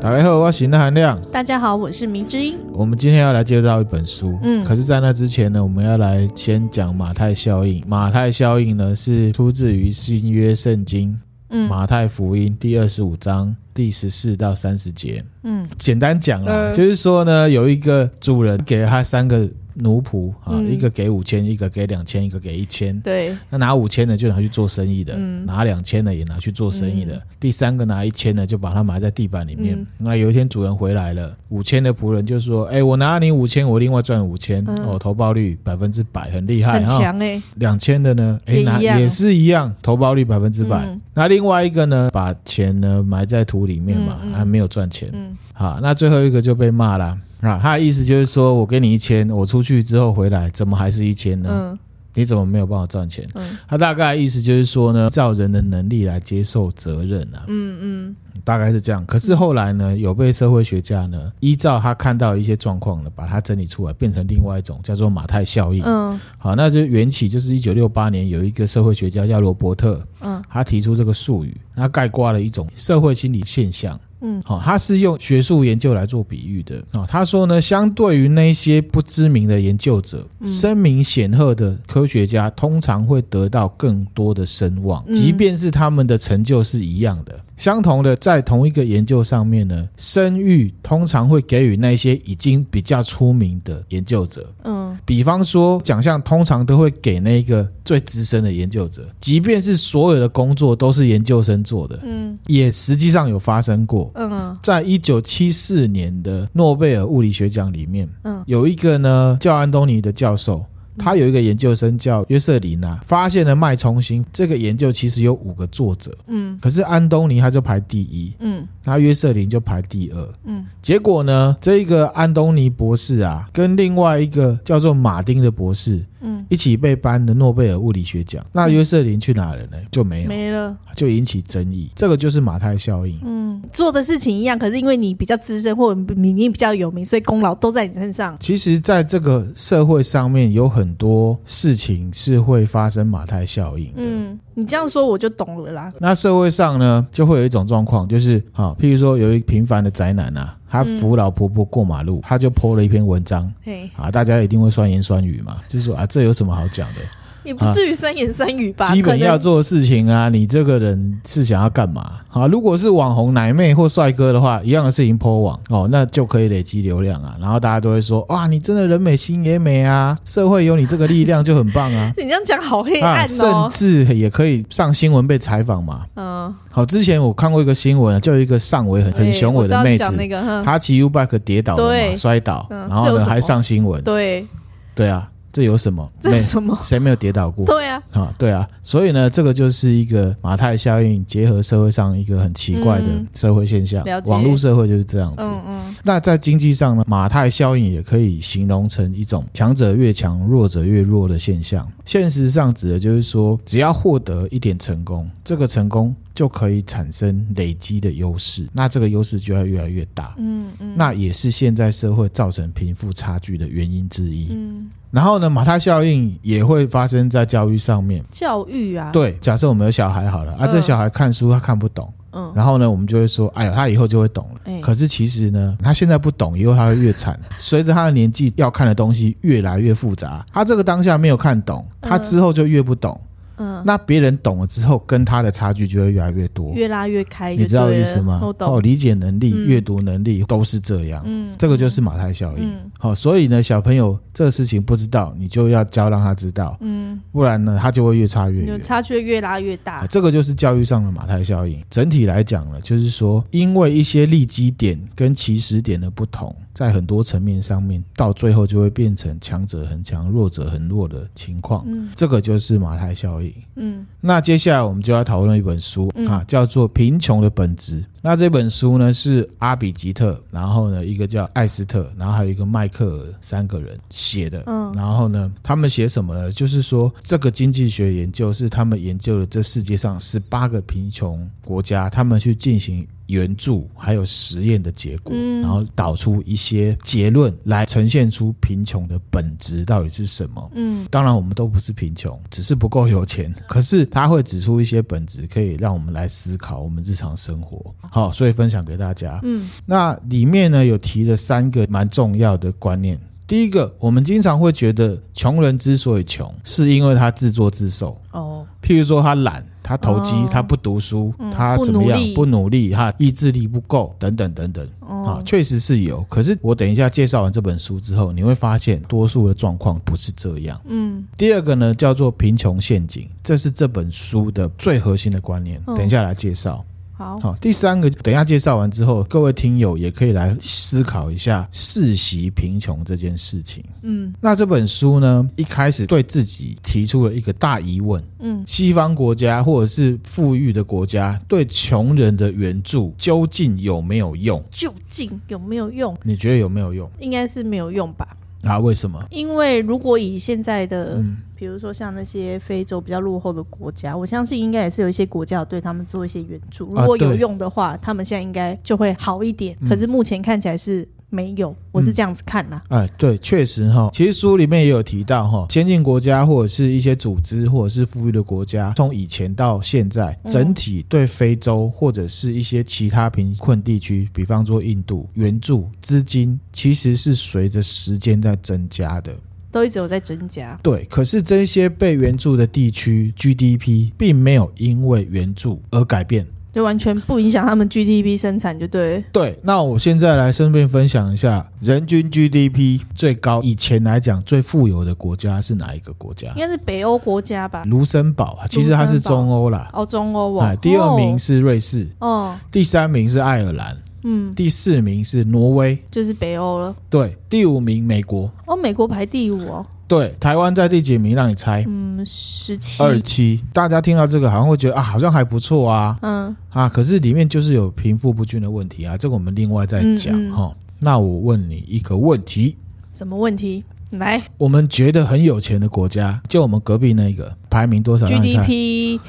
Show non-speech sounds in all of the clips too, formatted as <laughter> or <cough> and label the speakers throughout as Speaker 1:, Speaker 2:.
Speaker 1: 打开后，我是那含量。
Speaker 2: 大家好，我是迷之音。
Speaker 1: 我们今天要来介绍一本书，嗯，
Speaker 2: 嗯
Speaker 1: 可是，在那之前呢，我们要来先讲马太效应。马太效应呢，是出自于新约圣经
Speaker 2: 嗯
Speaker 1: 马太福音第二十五章第十四到三十节。
Speaker 2: 嗯
Speaker 1: 简单讲啦，
Speaker 2: 嗯
Speaker 1: 就是说呢，有一个主人给了他三个奴仆啊，
Speaker 2: 嗯
Speaker 1: 一个给五千，一个给两千，一个给一千。
Speaker 2: 对，
Speaker 1: 那拿五千的就拿去做生意的，
Speaker 2: 嗯
Speaker 1: 拿两千的也拿去做生意的，第三个拿一千的就把它埋在地板里面。
Speaker 2: 嗯
Speaker 1: 那有一天主人回来了，五千的仆人就说：“哎、我拿你五千，我另外赚五千、
Speaker 2: 嗯
Speaker 1: 哦，投报率百分之百，很厉害
Speaker 2: 很
Speaker 1: 哈。
Speaker 2: 强哎、
Speaker 1: 两千的呢，哎、
Speaker 2: 也一
Speaker 1: 拿
Speaker 2: 样
Speaker 1: 也是一样，投报率百分之百
Speaker 2: 嗯。
Speaker 1: 那另外一个呢，把钱呢埋在土里面嘛，
Speaker 2: 嗯嗯
Speaker 1: 还没有赚钱。
Speaker 2: 嗯
Speaker 1: 好，那最后一个就被骂了。啊，他的意思就是说，我给你一千，我出去之后回来，怎么还是一千呢？
Speaker 2: 嗯
Speaker 1: 你怎么没有办法赚钱？
Speaker 2: 嗯
Speaker 1: 他大概意思就是说呢，照人的能力来接受责任啊，
Speaker 2: 嗯嗯
Speaker 1: 大概是这样。可是后来呢，有被社会学家呢依照他看到一些状况呢，把它整理出来，变成另外一种叫做马太效应。
Speaker 2: 嗯
Speaker 1: 好，那就缘起就是一九六八年有一个社会学家叫罗伯特，
Speaker 2: 嗯
Speaker 1: 他提出这个术语，他概括了一种社会心理现象。
Speaker 2: 嗯
Speaker 1: 好、他是用学术研究来做比喻的啊、哦他说呢，相对于那些不知名的研究者，
Speaker 2: 嗯
Speaker 1: 声名显赫的科学家通常会得到更多的声望，
Speaker 2: 嗯
Speaker 1: 即便是他们的成就是一样的。相同的，在同一个研究上面呢，声誉通常会给予那些已经比较出名的研究者。
Speaker 2: 嗯
Speaker 1: 比方说，奖项通常都会给那个最资深的研究者，即便是所有的工作都是研究生做的，
Speaker 2: 嗯
Speaker 1: 也实际上有发生过。
Speaker 2: 嗯
Speaker 1: 在一九七四年的诺贝尔物理学奖里面，
Speaker 2: 嗯
Speaker 1: 有一个呢叫安东尼的教授，他有一个研究生叫约瑟琳娜，发现了脉冲星。这个研究其实有五个作者，
Speaker 2: 嗯
Speaker 1: 可是安东尼他就排第一，
Speaker 2: 嗯
Speaker 1: 那约瑟琳就排第二。
Speaker 2: 嗯
Speaker 1: 结果呢，这个安东尼博士啊，跟另外一个叫做马丁的博士
Speaker 2: 嗯，
Speaker 1: 一起被颁的诺贝尔物理学奖。那约瑟琳去哪了呢？就没有，
Speaker 2: 嗯没了。
Speaker 1: 就引起争议。这个就是马太效应。
Speaker 2: 嗯，做的事情一样，可是因为你比较资深或你你比较有名，所以功劳都在你身上。
Speaker 1: 其实，在这个社会上面，有很多事情是会发生马太效应的。
Speaker 2: 嗯，你这样说我就懂了啦。
Speaker 1: 那社会上呢，就会有一种状况，就是好、譬如说有一平凡的宅男啊，他扶老婆婆过马
Speaker 2: 嗯
Speaker 1: 路，他就 po 了一篇文章
Speaker 2: 嘿，
Speaker 1: 啊，大家一定会酸言酸语嘛，就是说啊，这有什么好讲的？
Speaker 2: 也不至于酸言酸语吧？
Speaker 1: 基本要
Speaker 2: 可能。
Speaker 1: 做的事情啊，你这个人是想要干嘛？啊，如果是网红奶妹或帅哥的话，一样的事情 po 网哦，那就可以累积流量啊。然后大家都会说，哇，你真的人美心也美啊，社会有你这个力量就很棒啊
Speaker 2: 你这样讲好 <laughs> 黑
Speaker 1: 啊，
Speaker 2: 暗
Speaker 1: 甚
Speaker 2: 哦。
Speaker 1: 至也可以上新闻被采访嘛。
Speaker 2: 嗯，
Speaker 1: 好，之前我看过一个新闻，啊就有一个上围很很
Speaker 2: 对
Speaker 1: 雄
Speaker 2: 我
Speaker 1: 伟
Speaker 2: 知
Speaker 1: 的
Speaker 2: 道你
Speaker 1: 妹子
Speaker 2: 讲，那个，哼
Speaker 1: 她骑 U bike 跌倒了嘛，
Speaker 2: 对
Speaker 1: 摔倒，
Speaker 2: 嗯
Speaker 1: 然后
Speaker 2: 这有
Speaker 1: 呢
Speaker 2: 什么
Speaker 1: 还上新闻。
Speaker 2: 对，
Speaker 1: 对啊，这有什么？
Speaker 2: 这
Speaker 1: 没
Speaker 2: 是什么？
Speaker 1: 谁没有跌倒过？
Speaker 2: 对啊，
Speaker 1: 啊，对啊，所以呢，这个就是一个马太效应，结合社会上一个很奇怪的
Speaker 2: 嗯
Speaker 1: 社会现象。
Speaker 2: 了解
Speaker 1: 网络社会就是这样子。
Speaker 2: 嗯嗯
Speaker 1: 那在经济上呢，马太效应也可以形容成一种强者越强、弱者越弱的现象。现实上指的就是说，只要获得一点成功，这个成功就可以产生累积的优势，那这个优势就要越来越大。
Speaker 2: 嗯嗯
Speaker 1: 那也是现在社会造成贫富差距的原因之一。
Speaker 2: 嗯，
Speaker 1: 然后呢，马太效应也会发生在教育上面。
Speaker 2: 教育啊，，
Speaker 1: 对，假设我们有小孩好了啊，
Speaker 2: 嗯
Speaker 1: 这小孩看书他看不懂，
Speaker 2: 嗯
Speaker 1: 然后呢，我们就会说，哎呀，他以后就会懂了。
Speaker 2: 哎
Speaker 1: 可是其实呢，他现在不懂，以后他会越
Speaker 2: <laughs>
Speaker 1: 惨。随着他的年纪，要看的东西越来越复杂，他这个当下没有看懂，他之后就越不懂。
Speaker 2: 嗯，
Speaker 1: 那别人懂了之后，跟他的差距就会越来越多。
Speaker 2: 越拉越哎开就对了，
Speaker 1: 你知道意思吗？
Speaker 2: 我
Speaker 1: 哦，
Speaker 2: 懂，
Speaker 1: 理解能力、
Speaker 2: 嗯
Speaker 1: 阅读能力都是这样。
Speaker 2: 嗯
Speaker 1: 这个就是马太效应。
Speaker 2: 嗯
Speaker 1: 好、所以呢，小朋友这个事情不知道，你就要教让他知道，
Speaker 2: 嗯，
Speaker 1: 不然呢，他就会越差越
Speaker 2: 有
Speaker 1: 远。
Speaker 2: 差距越拉越大
Speaker 1: 啊，，这个就是教育上的马太效应。整体来讲呢，就是说，因为一些立基点跟起始点的不同，在很多层面上面，到最后就会变成强者很强、弱者很弱的情况。
Speaker 2: 嗯
Speaker 1: 这个就是马太效应。
Speaker 2: 嗯
Speaker 1: 那接下来我们就要讨论一本书、
Speaker 2: 嗯
Speaker 1: 啊，叫做《贫穷的本质》。那这本书呢是阿比吉特，然后呢一个叫艾斯特，然后还有一个迈克尔三个人写的。
Speaker 2: 嗯
Speaker 1: 然后呢，他们写什么呢？就是说这个经济学研究是他们研究了这世界上十八个贫穷国家，他们去进行援助还有实验的结果，
Speaker 2: 嗯
Speaker 1: 然后导出一些结论来呈现出贫穷的本质到底是什么。
Speaker 2: 嗯
Speaker 1: 当然，我们都不是贫穷，只是不够有钱。 <laughs> 可是他会指出一些本质，可以让我们来思考我们日常生活。好，所以分享给大家。
Speaker 2: 嗯
Speaker 1: 那里面呢有提了三个蛮重要的观念。第一个，我们经常会觉得穷人之所以穷，是因为他自作自受。
Speaker 2: 哦，
Speaker 1: 譬如说他懒，他投机，
Speaker 2: 哦
Speaker 1: 他不读书，
Speaker 2: 嗯
Speaker 1: 他
Speaker 2: 不
Speaker 1: 怎么
Speaker 2: 努
Speaker 1: 样
Speaker 2: 力
Speaker 1: 不努力，他意志力不够，等等等等。
Speaker 2: 哦
Speaker 1: 啊，确实是有。可是我等一下介绍完这本书之后，你会发现多数的状况不是这样。
Speaker 2: 嗯
Speaker 1: 第二个呢，叫做贫穷陷阱，这是这本书的最核心的观念。
Speaker 2: 嗯
Speaker 1: 等一下来介绍。
Speaker 2: 好，
Speaker 1: 好，第三个，等一下介绍完之后，各位听友也可以来思考一下世袭贫穷这件事情。
Speaker 2: 嗯
Speaker 1: 那这本书呢，一开始对自己提出了一个大疑问：
Speaker 2: 嗯
Speaker 1: 西方国家或者是富裕的国家对穷人的援助究竟有没有用？
Speaker 2: 究竟有没有用？
Speaker 1: 你觉得有没有用？
Speaker 2: 应该是没有用吧，
Speaker 1: 啊，为什么？
Speaker 2: 因为如果以现在的
Speaker 1: 嗯，
Speaker 2: 比如说像那些非洲比较落后的国家，我相信应该也是有一些国家有对他们做一些援助。
Speaker 1: 啊
Speaker 2: 如果有
Speaker 1: 对
Speaker 2: 用的话，他们现在应该就会好一点。
Speaker 1: 嗯
Speaker 2: 可是目前看起来是没有，我是这样子看啦。
Speaker 1: 哎，对，确实哈，其实书里面也有提到哈，先进国家或者是一些组织或者是富裕的国家，从以前到现在，
Speaker 2: 嗯
Speaker 1: 整体对非洲或者是一些其他贫困地区，比方说印度，援助资金其实是随着时间在增加的。
Speaker 2: 都一直有在增加。
Speaker 1: 对，可是这些被援助的地区 GDP 并没有因为援助而改变。
Speaker 2: 就完全不影响他们 GDP 生产，就对了。
Speaker 1: 对，那我现在来顺便分享一下，人均 GDP 最高，以前来讲最富有的国家是哪一个国家
Speaker 2: 应？该是北欧国家吧，
Speaker 1: 卢森堡，其实它是中欧啦。
Speaker 2: 哦，中欧哦
Speaker 1: 哎，。第二名是瑞士，
Speaker 2: 哦，哦
Speaker 1: 第三名是爱尔兰，
Speaker 2: 嗯，
Speaker 1: 第四名是挪威，
Speaker 2: 就是北欧了。
Speaker 1: 对，第五名美国，
Speaker 2: 哦，美国排第五哦，
Speaker 1: 对，台湾在第几名？让你猜，
Speaker 2: 嗯，十七，
Speaker 1: 二七。大家听到这个好像会觉得啊，好像还不错啊
Speaker 2: 嗯
Speaker 1: 啊，可是里面就是有贫富不均的问题啊，这个我们另外再讲
Speaker 2: 嗯嗯
Speaker 1: 哈、那我问你一个问题，
Speaker 2: 什么问题？来
Speaker 1: 我们觉得很有钱的国家，就我们隔壁那一个，排名多少让你猜
Speaker 2: ，GDP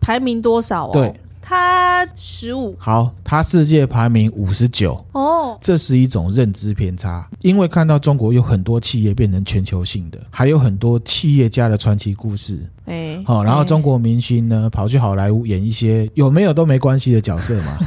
Speaker 2: 排名多少哦？
Speaker 1: 对，
Speaker 2: 它十五
Speaker 1: 好，它世界排名五十九，
Speaker 2: 哦，
Speaker 1: 这是一种认知偏差。因为看到中国有很多企业变成全球性的，还有很多企业家的传奇故事。
Speaker 2: 哎，
Speaker 1: 好、然后
Speaker 2: 哎
Speaker 1: 中国明星呢跑去好莱坞演一些有没有都没关系的角色
Speaker 2: <laughs>
Speaker 1: 嘛。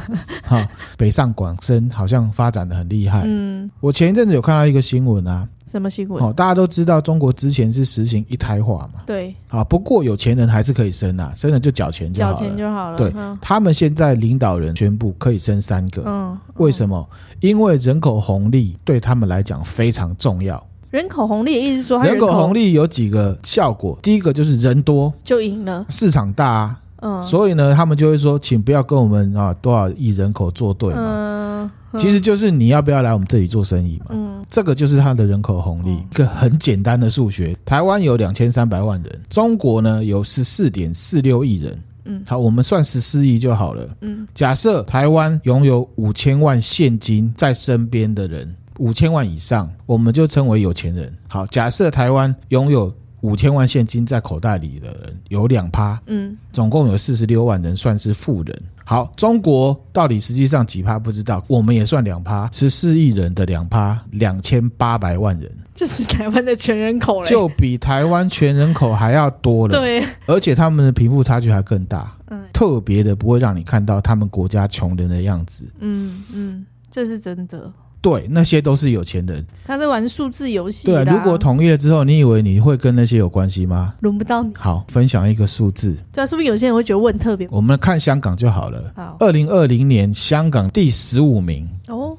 Speaker 1: 好、北上广深好像发展的很厉害。
Speaker 2: 嗯，
Speaker 1: 我前一阵子有看到一个新闻啊，
Speaker 2: 什么新闻？
Speaker 1: 好、大家都知道中国之前是实行一胎化嘛，
Speaker 2: 对，
Speaker 1: 啊，不过有钱人还是可以生啊，生了就缴钱就好
Speaker 2: 缴
Speaker 1: 了。
Speaker 2: 钱就好了。
Speaker 1: 对
Speaker 2: 嗯
Speaker 1: 他们现在领导人宣布可以生三个，
Speaker 2: 嗯，
Speaker 1: 为什么？因为人口红利对他们来讲非常重要。
Speaker 2: 人口红利的意思是说它
Speaker 1: 人口红
Speaker 2: 利
Speaker 1: 利有几个效果，第一个就是人多，
Speaker 2: 就赢了，
Speaker 1: 市场大啊，
Speaker 2: 嗯，
Speaker 1: 所以呢，他们就会说，请不要跟我们啊多少亿人口作对嘛。
Speaker 2: 嗯，嗯
Speaker 1: 其实就是你要不要来我们这里做生意嘛，
Speaker 2: 嗯
Speaker 1: 这个就是它的人口红利，
Speaker 2: 嗯
Speaker 1: 一个很简单的数学。台湾有两千三百万人，中国呢有十四点四六亿人，
Speaker 2: 嗯
Speaker 1: 好，我们算十四亿就好了。
Speaker 2: 嗯
Speaker 1: 假设台湾拥有五千万现金在身边的人，五千万以上，我们就称为有钱人。好，假设台湾拥有五千万现金在口袋里的人有两趴，
Speaker 2: 嗯
Speaker 1: 总共有四十六万人算是富人。好，中国到底实际上几趴不知道，我们也算两趴，十四亿人的两趴，两千八百万人，
Speaker 2: 就是台湾的全人口嘞，
Speaker 1: 就比台湾全人口还要多了。
Speaker 2: 对，
Speaker 1: 而且他们的贫富差距还更大，
Speaker 2: 嗯
Speaker 1: 特别的不会让你看到他们国家穷人的样子。
Speaker 2: 嗯嗯，这是真的。
Speaker 1: 对，那些都是有钱人。
Speaker 2: 他在玩数字游戏
Speaker 1: 对、
Speaker 2: 啦，
Speaker 1: 啊，如果同意了之后，你以为你会跟那些有关系吗？
Speaker 2: 轮不到你，
Speaker 1: 好，分享一个数字，
Speaker 2: 对啊，说不定有些人会觉得问特别
Speaker 1: 我们看香港就好了。
Speaker 2: 好
Speaker 1: 二零二零年香港第十五名，
Speaker 2: 哦，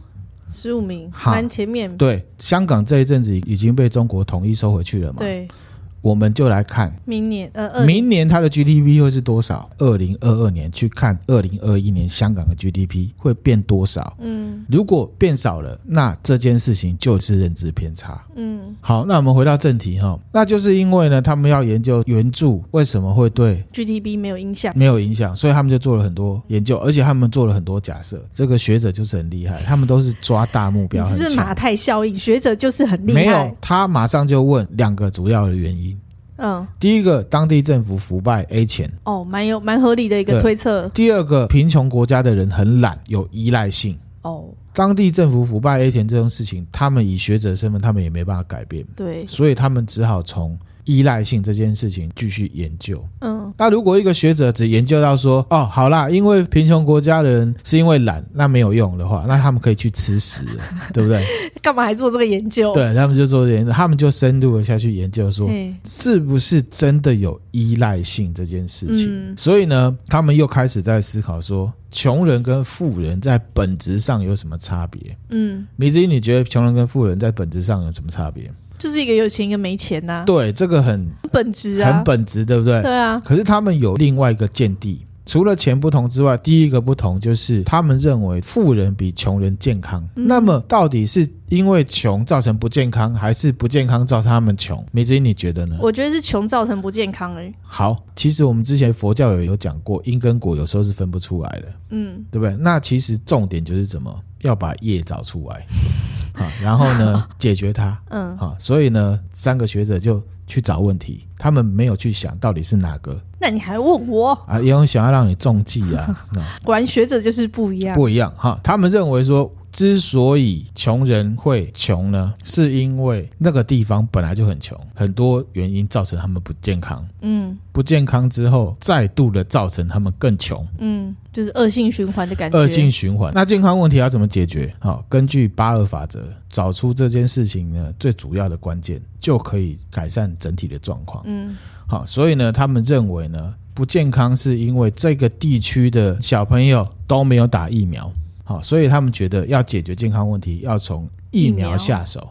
Speaker 2: 十五名
Speaker 1: 好
Speaker 2: 蛮前面，
Speaker 1: 对，香港这一阵子已经被中国统一收回去了嘛。，
Speaker 2: 对，
Speaker 1: 我们就来看
Speaker 2: 明年呃二
Speaker 1: 明年它的 GDP 会是多少？二零二二年去看二零二一年香港的 GDP 会变多少？
Speaker 2: 嗯
Speaker 1: 如果变少了，那这件事情就是认知偏差。
Speaker 2: 嗯
Speaker 1: 好，那我们回到正题哈，那就是因为呢，他们要研究援助为什么会对
Speaker 2: GDP 没有影响，
Speaker 1: 没有影响，所以他们就做了很多研究，而且他们做了很多假设。这个学者就是很厉害，他们都是抓大目
Speaker 2: 你
Speaker 1: 标
Speaker 2: 这
Speaker 1: 很
Speaker 2: 是
Speaker 1: 强
Speaker 2: 马。太效应，学者就是很厉
Speaker 1: 没有
Speaker 2: 害，，
Speaker 1: 他马上就问两个主要的原因。
Speaker 2: 嗯，
Speaker 1: 第一个，当地政府腐败 A 钱；
Speaker 2: 哦，蛮有蛮合理的一个
Speaker 1: 对
Speaker 2: 推测
Speaker 1: 第二个，贫穷国家的人很懒，有依赖性。
Speaker 2: 哦，
Speaker 1: 当地政府腐败 A 钱这种事情，他们以学者身份，他们也没办法改变，
Speaker 2: 对，
Speaker 1: 所以他们只好从依赖性这件事情继续研究。 <laughs>
Speaker 2: 嗯
Speaker 1: 那如果一个学者只研究到说，哦，好啦，因为贫穷国家的人是因为懒，那没有用的话，那他们可以去吃屎了，对不对？
Speaker 2: 干嘛还做这个研究？
Speaker 1: 对，他们就做研究，他们就深入的下去研究说，
Speaker 2: 嘿，
Speaker 1: 是不是真的有依赖性这件事情？
Speaker 2: 嗯
Speaker 1: 所以呢，他们又开始在思考说，穷人跟富人在本质上有什么差别？
Speaker 2: 嗯，
Speaker 1: 米子英，你觉得穷人跟富人在本质上有什么差别？
Speaker 2: 就是一个有钱一个没钱呐、
Speaker 1: 对，这个很
Speaker 2: 本质啊，
Speaker 1: 很本质，对不对？
Speaker 2: 对啊，
Speaker 1: 可是他们有另外一个见地，除了钱不同之外，第一个不同就是他们认为富人比穷人健康。
Speaker 2: 嗯
Speaker 1: 那么到底是因为穷造成不健康，还是不健康造成他们穷？梅子英，你觉得呢？
Speaker 2: 我觉得是穷造成不健康而已。
Speaker 1: 好，其实我们之前佛教有有讲过，因跟果有时候是分不出来的，
Speaker 2: 嗯，
Speaker 1: 对不对？那其实重点就是怎么要把业找出来， <laughs> 好，然后呢解决它。
Speaker 2: 嗯，
Speaker 1: 好，所以呢，三个学者就去找问题，他们没有去想到底是哪个
Speaker 2: 那你还问我？
Speaker 1: 啊，因为想要让你中计啊，那
Speaker 2: 果然学者就是不一样。
Speaker 1: 不一样哈。他们认为说，之所以穷人会穷呢，是因为那个地方本来就很穷，很多原因造成他们不健康。
Speaker 2: 嗯
Speaker 1: 不健康之后，再度的造成他们更穷，
Speaker 2: 嗯，就是恶性循环的感觉。
Speaker 1: 恶性循环。那健康问题要怎么解决？好，根据八二法则，找出这件事情呢最主要的关键，就可以改善整体的状况。
Speaker 2: 嗯
Speaker 1: 好，所以呢，他们认为呢，不健康是因为这个地区的小朋友都没有打疫苗，好，所以他们觉得要解决健康问题，要从疫
Speaker 2: 疫
Speaker 1: 苗
Speaker 2: 苗
Speaker 1: 下手。
Speaker 2: 哦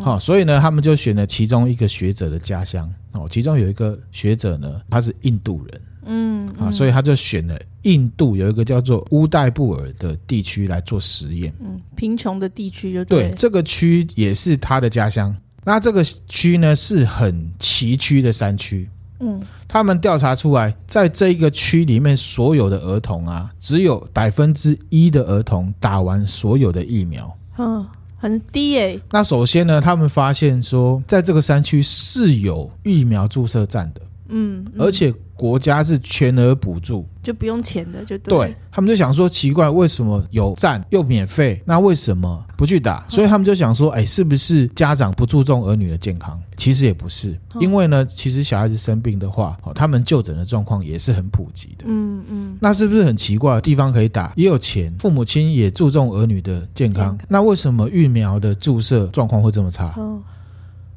Speaker 1: 好，所以呢，他们就选了其中一个学者的家乡哦，其中有一个学者呢，他是印度人
Speaker 2: 嗯
Speaker 1: 啊，所以他就选了印度有一个叫做乌代布尔的地区来做实验。
Speaker 2: 嗯，贫穷的地区就
Speaker 1: 对，
Speaker 2: 了
Speaker 1: 这个区也是他的家乡。那这个区呢是很崎岖的山区，
Speaker 2: 嗯，
Speaker 1: 他们调查出来，在这一个区里面，所有的儿童啊，只有百分之一的儿童打完所有的疫苗。
Speaker 2: 嗯，很低诶、
Speaker 1: 那首先呢，他们发现说，在这个山区是有疫苗注射站的，
Speaker 2: 嗯，嗯
Speaker 1: 而且国家是全额补助。
Speaker 2: 就不用钱的，就对。
Speaker 1: 对他们就想说，奇怪，为什么有站又免费？那为什么不去
Speaker 2: 嗯
Speaker 1: 打？所以他们就想说，哎，是不是家长不注重儿女的健康？其实也不是，
Speaker 2: 嗯
Speaker 1: 因为呢，其实小孩子生病的话，哦他们就诊的状况也是很普及的。
Speaker 2: 嗯嗯，
Speaker 1: 那是不是很奇怪？地方可以打，也有钱，父母亲也注重儿女的健康
Speaker 2: 健康，
Speaker 1: 那为什么疫苗的注射状况会这么差？
Speaker 2: 哦，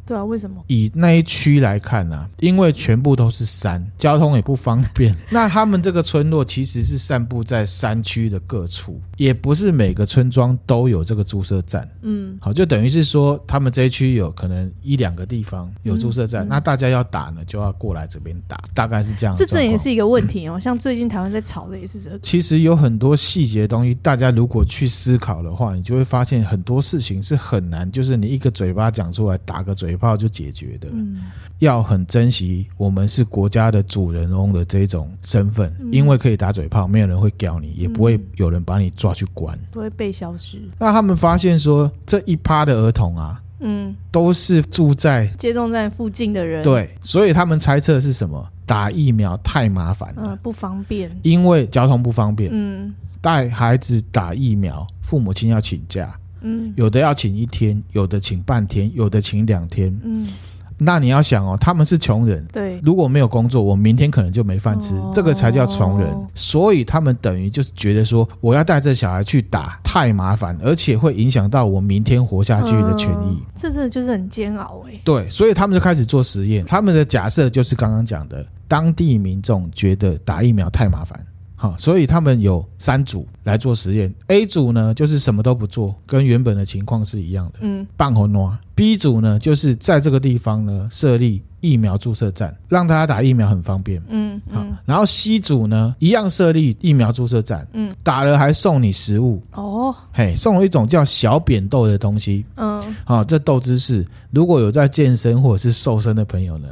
Speaker 2: 对啊，为什么？
Speaker 1: 以那一区来看呢、因为全部都是山，交通也不方
Speaker 2: <laughs>
Speaker 1: 便。那他们这个村落其实是散布在山区的各处，也不是每个村庄都有这个注射站。
Speaker 2: 嗯
Speaker 1: 好，就等于是说，他们这一区有可能一两个地方有注射站，那大家要打呢，就要过来这边打，大概是这样的
Speaker 2: 嗯这
Speaker 1: 状况。
Speaker 2: 这也是一个问题哦，像最近台湾在吵的也是这，
Speaker 1: 其实有很多细节的东西，大家如果去思考的话，你就会发现很多事情是很难，就是你一个嘴巴讲出来，打个嘴炮就解决的。
Speaker 2: 嗯
Speaker 1: 要很珍惜我们是国家的主人翁的这种身份，
Speaker 2: 嗯
Speaker 1: 因为可以打嘴炮，没有人会屌你，也不会
Speaker 2: 嗯
Speaker 1: 有人把你抓去关。
Speaker 2: 不会被消失。
Speaker 1: 那他们发现说，这一趴的儿童啊，
Speaker 2: 嗯，
Speaker 1: 都是住在
Speaker 2: 接种站附近的人，，
Speaker 1: 对，所以他们猜测是什么？打疫苗太麻烦
Speaker 2: 嗯、
Speaker 1: 了，
Speaker 2: 不方便。
Speaker 1: 因为交通不方便。
Speaker 2: 嗯
Speaker 1: 带孩子打疫苗，父母亲要请假，
Speaker 2: 嗯
Speaker 1: 有的要请一天，有的请半天，有的请两天。
Speaker 2: 嗯，
Speaker 1: 那你要想哦，他们是穷人，
Speaker 2: 对，
Speaker 1: 如果没有工作，我明天可能就没饭吃，
Speaker 2: 哦
Speaker 1: 这个才叫穷人。所以他们等于就是觉得说，我要带这小孩去打太麻烦，而且会影响到我明天活下去的权益。
Speaker 2: 嗯这真的就是很煎熬哎、
Speaker 1: 对，所以他们就开始做实验。他们的假设就是刚刚讲的，当地民众觉得打疫苗太麻烦，好，所以他们有三组来做实验。A 组呢，就是什么都不做，跟原本的情况是一样的，
Speaker 2: 嗯
Speaker 1: 半红挪。B 组呢，就是在这个地方呢设立疫苗注射站，让大家打疫苗很方便。
Speaker 2: 嗯
Speaker 1: 好
Speaker 2: 嗯，，
Speaker 1: 然后 C 组呢，一样设立疫苗注射站，
Speaker 2: 嗯，
Speaker 1: 打了还送你食物，
Speaker 2: 哦，
Speaker 1: 嘿，送了一种叫小扁豆的东西，
Speaker 2: 嗯，
Speaker 1: 啊，这豆知识，如果有在健身或者是瘦身的朋友呢，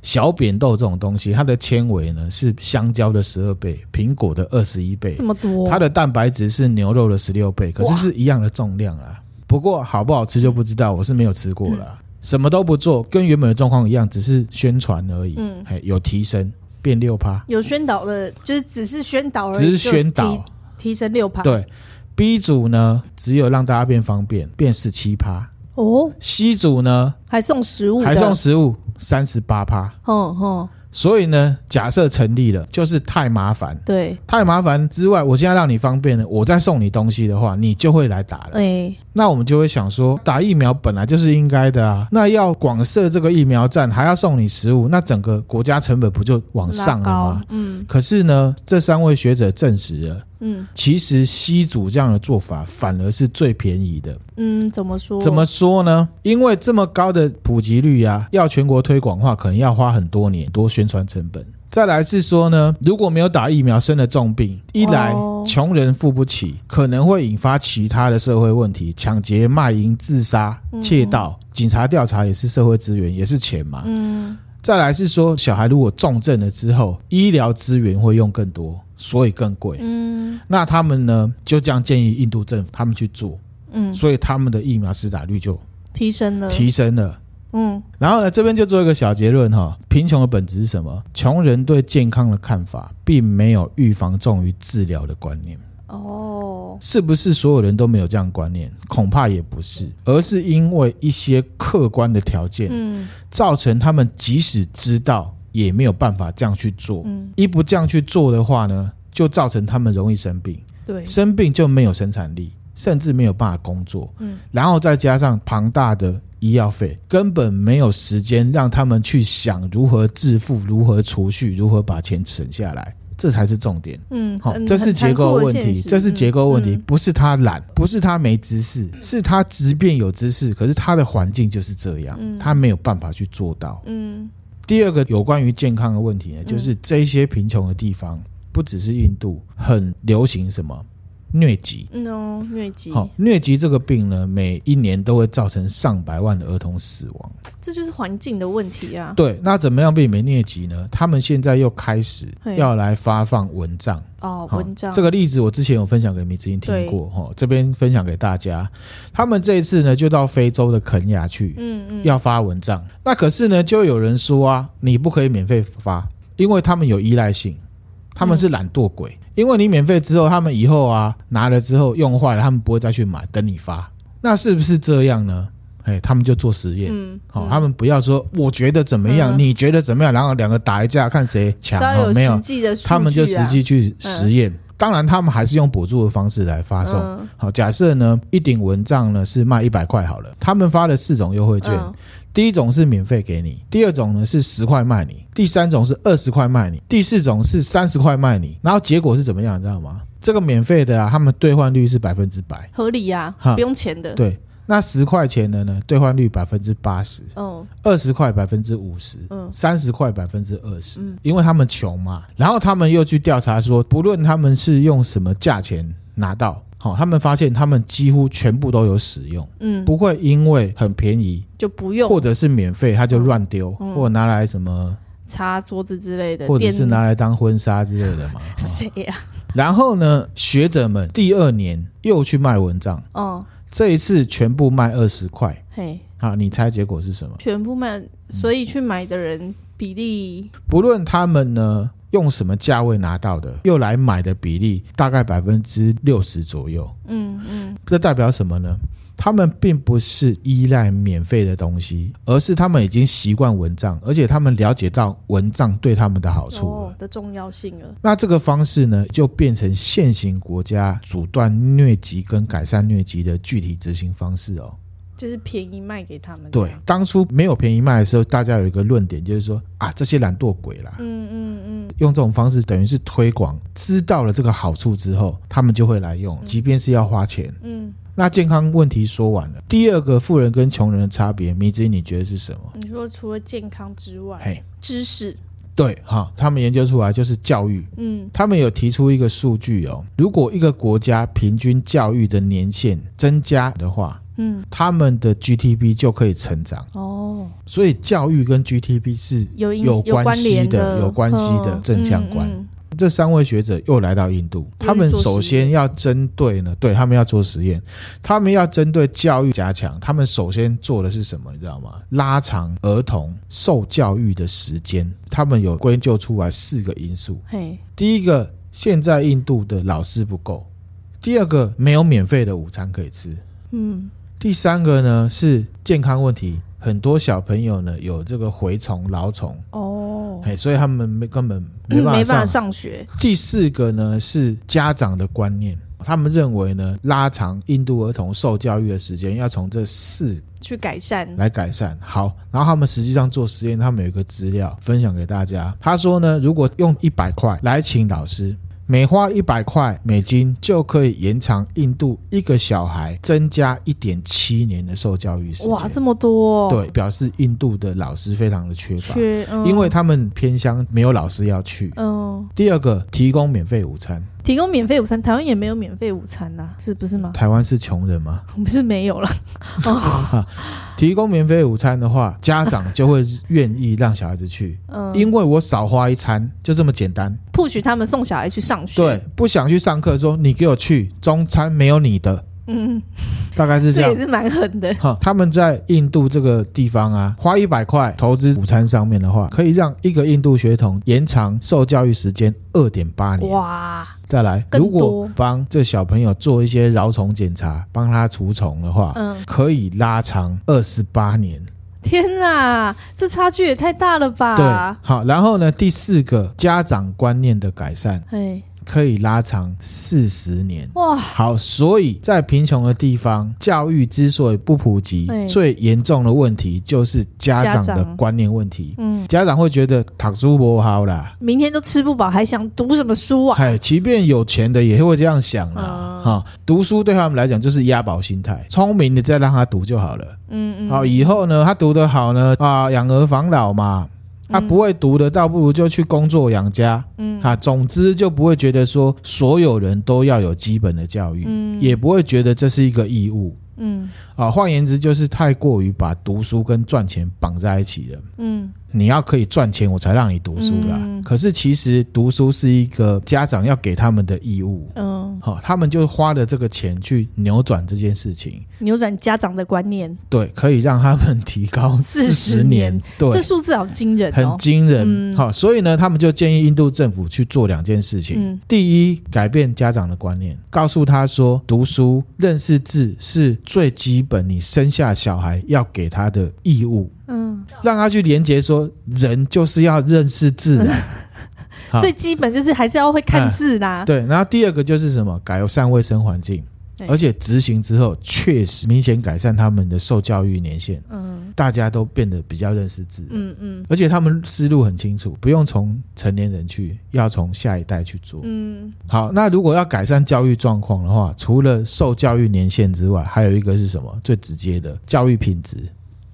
Speaker 1: 小扁豆这种东西，它的纤维呢是香蕉的十二倍，苹果的二十一倍
Speaker 2: 这，么多，
Speaker 1: 它的蛋白质是牛肉的十六倍，可是
Speaker 2: 哇嗯
Speaker 1: 是一样的重量啊。不过好不好吃就不知道，我是没有吃过啦。什么都不做，跟原本的状况一样，只是宣传而已。
Speaker 2: 嗯
Speaker 1: 哎，有提升，变六趴，
Speaker 2: 有宣导的，就是只是宣导而已，
Speaker 1: 只是
Speaker 2: 就提
Speaker 1: 宣导。
Speaker 2: 提升六趴。
Speaker 1: 对，B 组呢，只有让大家变方便，变十七趴
Speaker 2: 哦，
Speaker 1: ；C 组呢，
Speaker 2: 还送食物的，
Speaker 1: 还送食物三十八趴。
Speaker 2: 哼哼，
Speaker 1: 所以呢，假设成立了，就是太麻烦，
Speaker 2: 对，
Speaker 1: 太麻烦之外，我现在让你方便了，我再送你东西的话，你就会来打了。
Speaker 2: 哎，
Speaker 1: 那我们就会想说，打疫苗本来就是应该的啊，那要广设这个疫苗站，还要送你食物，那整个国家成本不就往上
Speaker 2: 拉
Speaker 1: 了
Speaker 2: 高
Speaker 1: 吗？，
Speaker 2: 嗯
Speaker 1: 可是呢，这三位学者证实了，
Speaker 2: 嗯
Speaker 1: 其实西组这样的做法反而是最便宜的。
Speaker 2: 嗯，怎么说？
Speaker 1: 怎么说呢？因为这么高的普及率啊，要全国推广的话，可能要花很多年，多宣传成本。再来是说呢，如果没有打疫苗，生了重病，一来
Speaker 2: 哦
Speaker 1: 穷人付不起，可能会引发其他的社会问题，抢劫、卖淫、自杀、
Speaker 2: 嗯
Speaker 1: 窃盗。警察调查也是社会资源，也是钱嘛。
Speaker 2: 嗯
Speaker 1: 再来是说，小孩如果重症了之后，医疗资源会用更多，所以更贵。
Speaker 2: 嗯
Speaker 1: 那他们呢，就这样建议印度政府他们去做，
Speaker 2: 嗯，
Speaker 1: 所以他们的疫苗施打率就
Speaker 2: 提升了，
Speaker 1: 提升了。
Speaker 2: 嗯
Speaker 1: 然后呢，这边就做一个小结论哈、贫穷的本质是什么？穷人对健康的看法，并没有预防重于治疗的观念，
Speaker 2: 哦，
Speaker 1: 是不是所有人都没有这样观念？恐怕也不是，而是因为一些客观的条件，
Speaker 2: 嗯
Speaker 1: 造成他们即使知道，也没有办法这样去做。
Speaker 2: 嗯，
Speaker 1: 一不这样去做的话呢，就造成他们容易生病，
Speaker 2: 对，
Speaker 1: 生病就没有生产力，甚至没有办法工作。
Speaker 2: 嗯
Speaker 1: 然后再加上庞大的医药费，根本没有时间让他们去想如何致富、如何储蓄、如何把钱省下来，这才是重点。
Speaker 2: 嗯，
Speaker 1: 好、
Speaker 2: 很
Speaker 1: 这是
Speaker 2: 很
Speaker 1: 结
Speaker 2: 残
Speaker 1: 构
Speaker 2: 酷的
Speaker 1: 问
Speaker 2: 现
Speaker 1: 题，
Speaker 2: 实
Speaker 1: 这是结构问题，
Speaker 2: 嗯
Speaker 1: 不是他懒，不是他没知识，是他即便有知识，可是他的环境就是这样，
Speaker 2: 嗯
Speaker 1: 他没有办法去做到。
Speaker 2: 嗯
Speaker 1: 第二个有关于健康的问题呢，就是这些贫穷的地方，不只是印度，很流行什么疟疾。
Speaker 2: 嗯哦，疟疾，
Speaker 1: 好、疟疾这个病呢，每一年都会造成上百万的儿童死亡。
Speaker 2: 这就是环境的问题啊。
Speaker 1: 对，那怎么样避免疟疾呢？他们现在又开始
Speaker 2: 嘿
Speaker 1: 要来发放蚊帐。
Speaker 2: 哦，
Speaker 1: 好
Speaker 2: 文章
Speaker 1: 这个例子我之前有分享给米之音听过，哈、这边分享给大家。他们这一次呢，就到非洲的肯雅去，
Speaker 2: 嗯嗯，
Speaker 1: 要发蚊帐。那可是呢，就有人说啊，你不可以免费发，因为他们有依赖性，他们是懒惰鬼。因为你免费之后，他们以后啊拿了之后用坏了，他们不会再去买，等你发。那是不是这样呢？哎，他们就做实验。
Speaker 2: 嗯，
Speaker 1: 好、
Speaker 2: 嗯
Speaker 1: 他们不要说我觉得怎么样，
Speaker 2: 嗯
Speaker 1: 你觉得怎么样，然后两个打一架看谁强。
Speaker 2: 都要
Speaker 1: 哦
Speaker 2: 有
Speaker 1: 没有
Speaker 2: 实，际的数据啊，
Speaker 1: 他们就实际去实验。当然，他们还是用补助的方式来发送。
Speaker 2: 嗯
Speaker 1: 好，假设呢，一顶蚊帐呢是卖一百块好了，他们发了四种优惠券，
Speaker 2: 嗯
Speaker 1: 第一种是免费给你，第二种呢是十块卖你，第三种是二十块卖你，第四种是三十块卖你。然后结果是怎么样，你知道吗？这个免费的啊，他们兑换率是百分之百，
Speaker 2: 合理呀
Speaker 1: 哈，
Speaker 2: 不用钱的。
Speaker 1: 对。那十块钱的呢，兑换率百分之八十，
Speaker 2: 嗯
Speaker 1: 二十块百分之五十，
Speaker 2: 嗯
Speaker 1: 三十块百分之二十
Speaker 2: 嗯，
Speaker 1: 因为他们穷嘛。然后他们又去调查说，不论他们是用什么价钱拿到，好、他们发现他们几乎全部都有使用，
Speaker 2: 嗯，
Speaker 1: 不会因为很便宜
Speaker 2: 就不用
Speaker 1: 或者是免费他就乱丢，
Speaker 2: 嗯
Speaker 1: 或者拿来什么，
Speaker 2: 擦桌子之类的，
Speaker 1: 或者
Speaker 2: 电
Speaker 1: 是拿来当婚纱之类的嘛。 <laughs> 哈
Speaker 2: 谁呀？
Speaker 1: 然后呢，学者们第二年又去卖蚊帐，
Speaker 2: 哦，
Speaker 1: 这一次全部卖二十块
Speaker 2: 嘿，
Speaker 1: 啊！你猜结果是什么？
Speaker 2: 全部卖，
Speaker 1: 嗯
Speaker 2: 所以去买的人比例，
Speaker 1: 不论他们呢用什么价位拿到的，又来买的比例大概百分之六十左右。
Speaker 2: 嗯嗯
Speaker 1: 这代表什么呢？他们并不是依赖免费的东西，而是他们已经习惯蚊帐，而且他们了解到蚊帐对他们的好处了。
Speaker 2: 哦的重要性了，
Speaker 1: 那这个方式呢，就变成现行国家阻断疟疾跟改善疟疾的具体执行方式哦。
Speaker 2: 就是便宜卖给他们。
Speaker 1: 对，，当初没有便宜卖的时候，大家有一个论点，就是说啊，这些懒惰鬼啦，
Speaker 2: 嗯嗯嗯，
Speaker 1: 用这种方式等于是推广，知道了这个好处之后，他们就会来用，即便是要花钱。
Speaker 2: 嗯，
Speaker 1: 那健康问题说完了，第二个富人跟穷人的差别，迷之音你觉得是什么？
Speaker 2: 你说除了健康之外，
Speaker 1: 嘿，
Speaker 2: 知识，
Speaker 1: 对哈，他们研究出来就是教育，
Speaker 2: 嗯
Speaker 1: 他们有提出一个数据哦，如果一个国家平均教育的年限增加的话，
Speaker 2: 嗯，
Speaker 1: 他们的 GDP 就可以成长，
Speaker 2: 哦，
Speaker 1: 所以教育跟 GDP 是
Speaker 2: 有影
Speaker 1: 有
Speaker 2: 有
Speaker 1: 关系
Speaker 2: 联
Speaker 1: 的
Speaker 2: 的，
Speaker 1: 有关系的
Speaker 2: 嗯
Speaker 1: 正相关
Speaker 2: 嗯嗯
Speaker 1: 这三位学者又来到印度，他们首先要针对呢，对他们要做实验，他们要针对教育加强，他们首先做的是什么，你知道吗？拉长儿童受教育的时间，他们有归咎出来四个因素。
Speaker 2: 嘿，
Speaker 1: 第一个，现在印度的老师不够；第二个，没有免费的午餐可以吃；
Speaker 2: 嗯，
Speaker 1: 第三个呢是健康问题，很多小朋友呢有这个蛔虫、老虫，
Speaker 2: 哦，
Speaker 1: 哎，所以他们没根本嗯没
Speaker 2: 嗯没
Speaker 1: 办法上。
Speaker 2: 上学，
Speaker 1: 第四个呢是家长的观念，他们认为呢拉长印度儿童受教育的时间要从这四
Speaker 2: 去改善，
Speaker 1: 来改善。好，然后他们实际上做实验，他们有一个资料分享给大家。他说呢，如果用一百块来请老师，每花一百块美金就可以延长印度一个小孩增加一点七年的受教育时间。
Speaker 2: 哇，这么多，，哦
Speaker 1: 对，表示印度的老师非常的缺乏，
Speaker 2: 缺，嗯
Speaker 1: 因为他们偏乡没有老师要去。
Speaker 2: 嗯，
Speaker 1: 第二个，提供免费午餐。
Speaker 2: 提供免费午餐，台湾也没有免费午餐呐、是不是吗？ <laughs>
Speaker 1: 台湾是穷人吗？
Speaker 2: 我们是没有了， <laughs>
Speaker 1: 提供免费午餐的话，家长就会愿意让小孩子去，
Speaker 2: 嗯，
Speaker 1: 因为我少花一餐，就这么简单。
Speaker 2: 不许他们送小孩去上学，
Speaker 1: 对，，不想去上课，说你给我去，中餐没有你的，
Speaker 2: 嗯，
Speaker 1: 大概是
Speaker 2: 这
Speaker 1: 这样
Speaker 2: 也。是蛮狠的，
Speaker 1: 哈，他们在印度这个地方啊，花一百块投资午餐上面的话，可以让一个印度血统延长受教育时间二点八年。
Speaker 2: 哇，
Speaker 1: 再来，
Speaker 2: 更
Speaker 1: 如果
Speaker 2: 多
Speaker 1: 帮这小朋友做一些饶虫检查，帮他除虫的话，
Speaker 2: 嗯，
Speaker 1: 可以拉长二十八年。
Speaker 2: 天哪，这差距也太大了
Speaker 1: 对
Speaker 2: 吧？，
Speaker 1: 好，然后呢，第四个家长观念的改善
Speaker 2: 对，
Speaker 1: 可以拉长四十年。
Speaker 2: 哎哇，
Speaker 1: 好，所以在贫穷的地方，教育之所以不普及，
Speaker 2: 对
Speaker 1: 最严重的问题就是家长
Speaker 2: 家
Speaker 1: 的
Speaker 2: 长
Speaker 1: 观念问题。
Speaker 2: 嗯，
Speaker 1: 家长会觉得读书不好啦，
Speaker 2: 明天都吃不饱，还想读什么书啊？
Speaker 1: 哎，即便有钱的也会这样想啦。
Speaker 2: 嗯
Speaker 1: 哈、读书对他们来讲就是押宝心态，聪明的再让他读就好了。
Speaker 2: 嗯嗯，
Speaker 1: 好、以后呢，他读得好呢，啊，养儿防老嘛。啊，不会读的，倒不如就去工作养家。
Speaker 2: 嗯
Speaker 1: 啊，总之就不会觉得说所有人都要有基本的教育，
Speaker 2: 嗯
Speaker 1: 也不会觉得这是一个义务。
Speaker 2: 嗯
Speaker 1: 啊，换言之，就是太过于把读书跟赚钱绑在一起了。
Speaker 2: 嗯，
Speaker 1: 你要可以赚钱，我才让你读书啦。
Speaker 2: 嗯
Speaker 1: 可是其实读书是一个家长要给他们的义务。
Speaker 2: 嗯，
Speaker 1: 好、他们就花了这个钱去扭转这件事情，
Speaker 2: 扭转家长的观念，
Speaker 1: 对，可以让他们提
Speaker 2: <laughs>
Speaker 1: 高四十
Speaker 2: 40
Speaker 1: 年，
Speaker 2: 年这
Speaker 1: 对，
Speaker 2: 数字好惊人
Speaker 1: 很
Speaker 2: 哦。
Speaker 1: 惊人。
Speaker 2: 嗯
Speaker 1: 好、所以呢，他们就建议印度政府去做两件事情。
Speaker 2: 嗯
Speaker 1: 第一，改变家长的观念，告诉他说，读书、认识字是最基本，你生下小孩要给他的义务，
Speaker 2: 嗯，
Speaker 1: 让他去连接说，人就是要认识字
Speaker 2: <laughs>
Speaker 1: 的。好
Speaker 2: 最基本就是还是要会看字啦。
Speaker 1: 对，然后第二个就是什么，改善卫生环境
Speaker 2: 对。
Speaker 1: 而且执行之后，确实明显改善他们的受教育年限，
Speaker 2: 嗯
Speaker 1: 大家都变得比较认识字了。
Speaker 2: 嗯嗯
Speaker 1: 而且他们思路很清楚，不用从成年人去，要从下一代去做。
Speaker 2: 嗯，
Speaker 1: 好，那如果要改善教育状况的话，除了受教育年限之外，还有一个是什么？最直接的教育品质。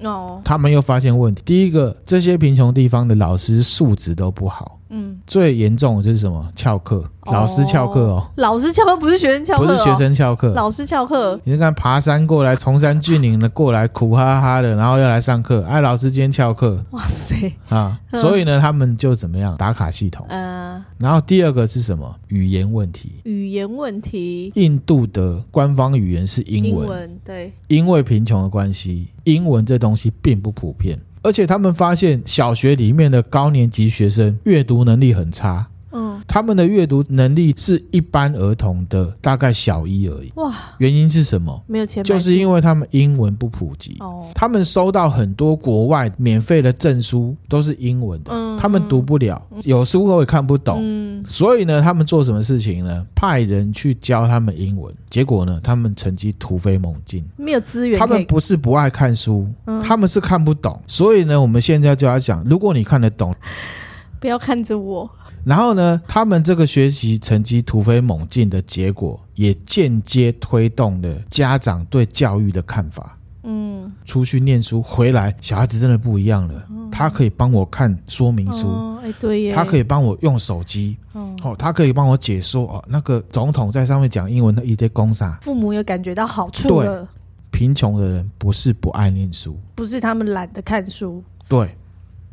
Speaker 2: 哦，
Speaker 1: 他们又发现问题，第一个，这些贫穷地方的老师素质都不好，
Speaker 2: 嗯，
Speaker 1: 最严重的就是什么？翘课，老师翘课哦，
Speaker 2: 老师翘课不是学生翘课、
Speaker 1: 不
Speaker 2: 哦，
Speaker 1: 是学生翘课。
Speaker 2: 老师翘课，
Speaker 1: 你看，爬山过来，崇山峻岭的过来，苦哈哈的，然后要来上课。哎、老师今天翘课
Speaker 2: 哇塞，
Speaker 1: 啊，
Speaker 2: 嗯
Speaker 1: 所以呢，他们就怎么样打卡系统。
Speaker 2: 呃，
Speaker 1: 然后第二个是什么？语言问题。
Speaker 2: 语言问题，
Speaker 1: 印度的官方语言是英
Speaker 2: 英
Speaker 1: 文，
Speaker 2: 文对，
Speaker 1: 因为贫穷的关系，英文这东西并不普遍。而且他们发现，小学里面的高年级学生阅读能力很差，
Speaker 2: 嗯，
Speaker 1: 他们的阅读能力是一般儿童的大概小一而已。
Speaker 2: 哇，
Speaker 1: 原因是什么？
Speaker 2: 没有钱买
Speaker 1: 就是因为他们英文不普及。
Speaker 2: 哦，
Speaker 1: 他们收到很多国外免费的证书都是英文的，
Speaker 2: 嗯
Speaker 1: 他们读不了，有书我也看不懂，
Speaker 2: 嗯，
Speaker 1: 所以呢，他们做什么事情呢？派人去教他们英文，结果呢，他们成绩突飞猛进。
Speaker 2: 没有资源
Speaker 1: 他
Speaker 2: 可
Speaker 1: 们
Speaker 2: 以，
Speaker 1: 不是不爱看书，
Speaker 2: 嗯
Speaker 1: 他们是看不懂。所以呢，我们现在就要讲，如果你看得懂，
Speaker 2: 不要看着我，
Speaker 1: 然后呢，他们这个学习成绩突飞猛进的结果，也间接推动了家长对教育的看法。
Speaker 2: 嗯，
Speaker 1: 出去念书回来，小孩子真的不一样了。他可以帮我看说明书，
Speaker 2: 哦，哎、对耶，
Speaker 1: 他可
Speaker 2: 以，
Speaker 1: 以帮我用手机，
Speaker 2: 哦，
Speaker 1: 哦，他可以帮我解说哦，那个总统在上面讲英文的一堆公啥，
Speaker 2: 父母有感觉到好处了，
Speaker 1: 贫穷的人不是不爱念书，
Speaker 2: 不是他们懒得看书，
Speaker 1: 对，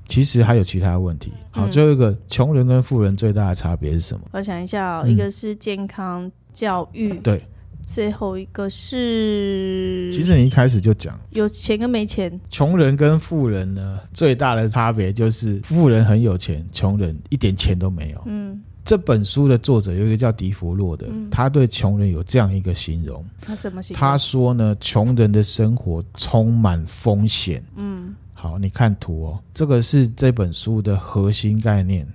Speaker 1: 其实还有其他问题。好，
Speaker 2: 嗯
Speaker 1: 最后一个，穷人跟富人最大的差别是什么？
Speaker 2: 我想一下哦，
Speaker 1: 嗯
Speaker 2: 一个是健康教育，
Speaker 1: 对，
Speaker 2: 最后一个是
Speaker 1: 其实你一开始就讲，
Speaker 2: 有钱跟没钱，
Speaker 1: 穷人跟富人呢最大的差别就是富人很有钱，穷人一点钱都没有。
Speaker 2: 嗯，
Speaker 1: 这本书的作者有一个叫迪弗洛的，他对穷人有这样一个形容，
Speaker 2: 他什么型？
Speaker 1: 他说呢，穷人的生活充满风险。
Speaker 2: 嗯
Speaker 1: 好，你看图哦，这个是这本书的核心概念。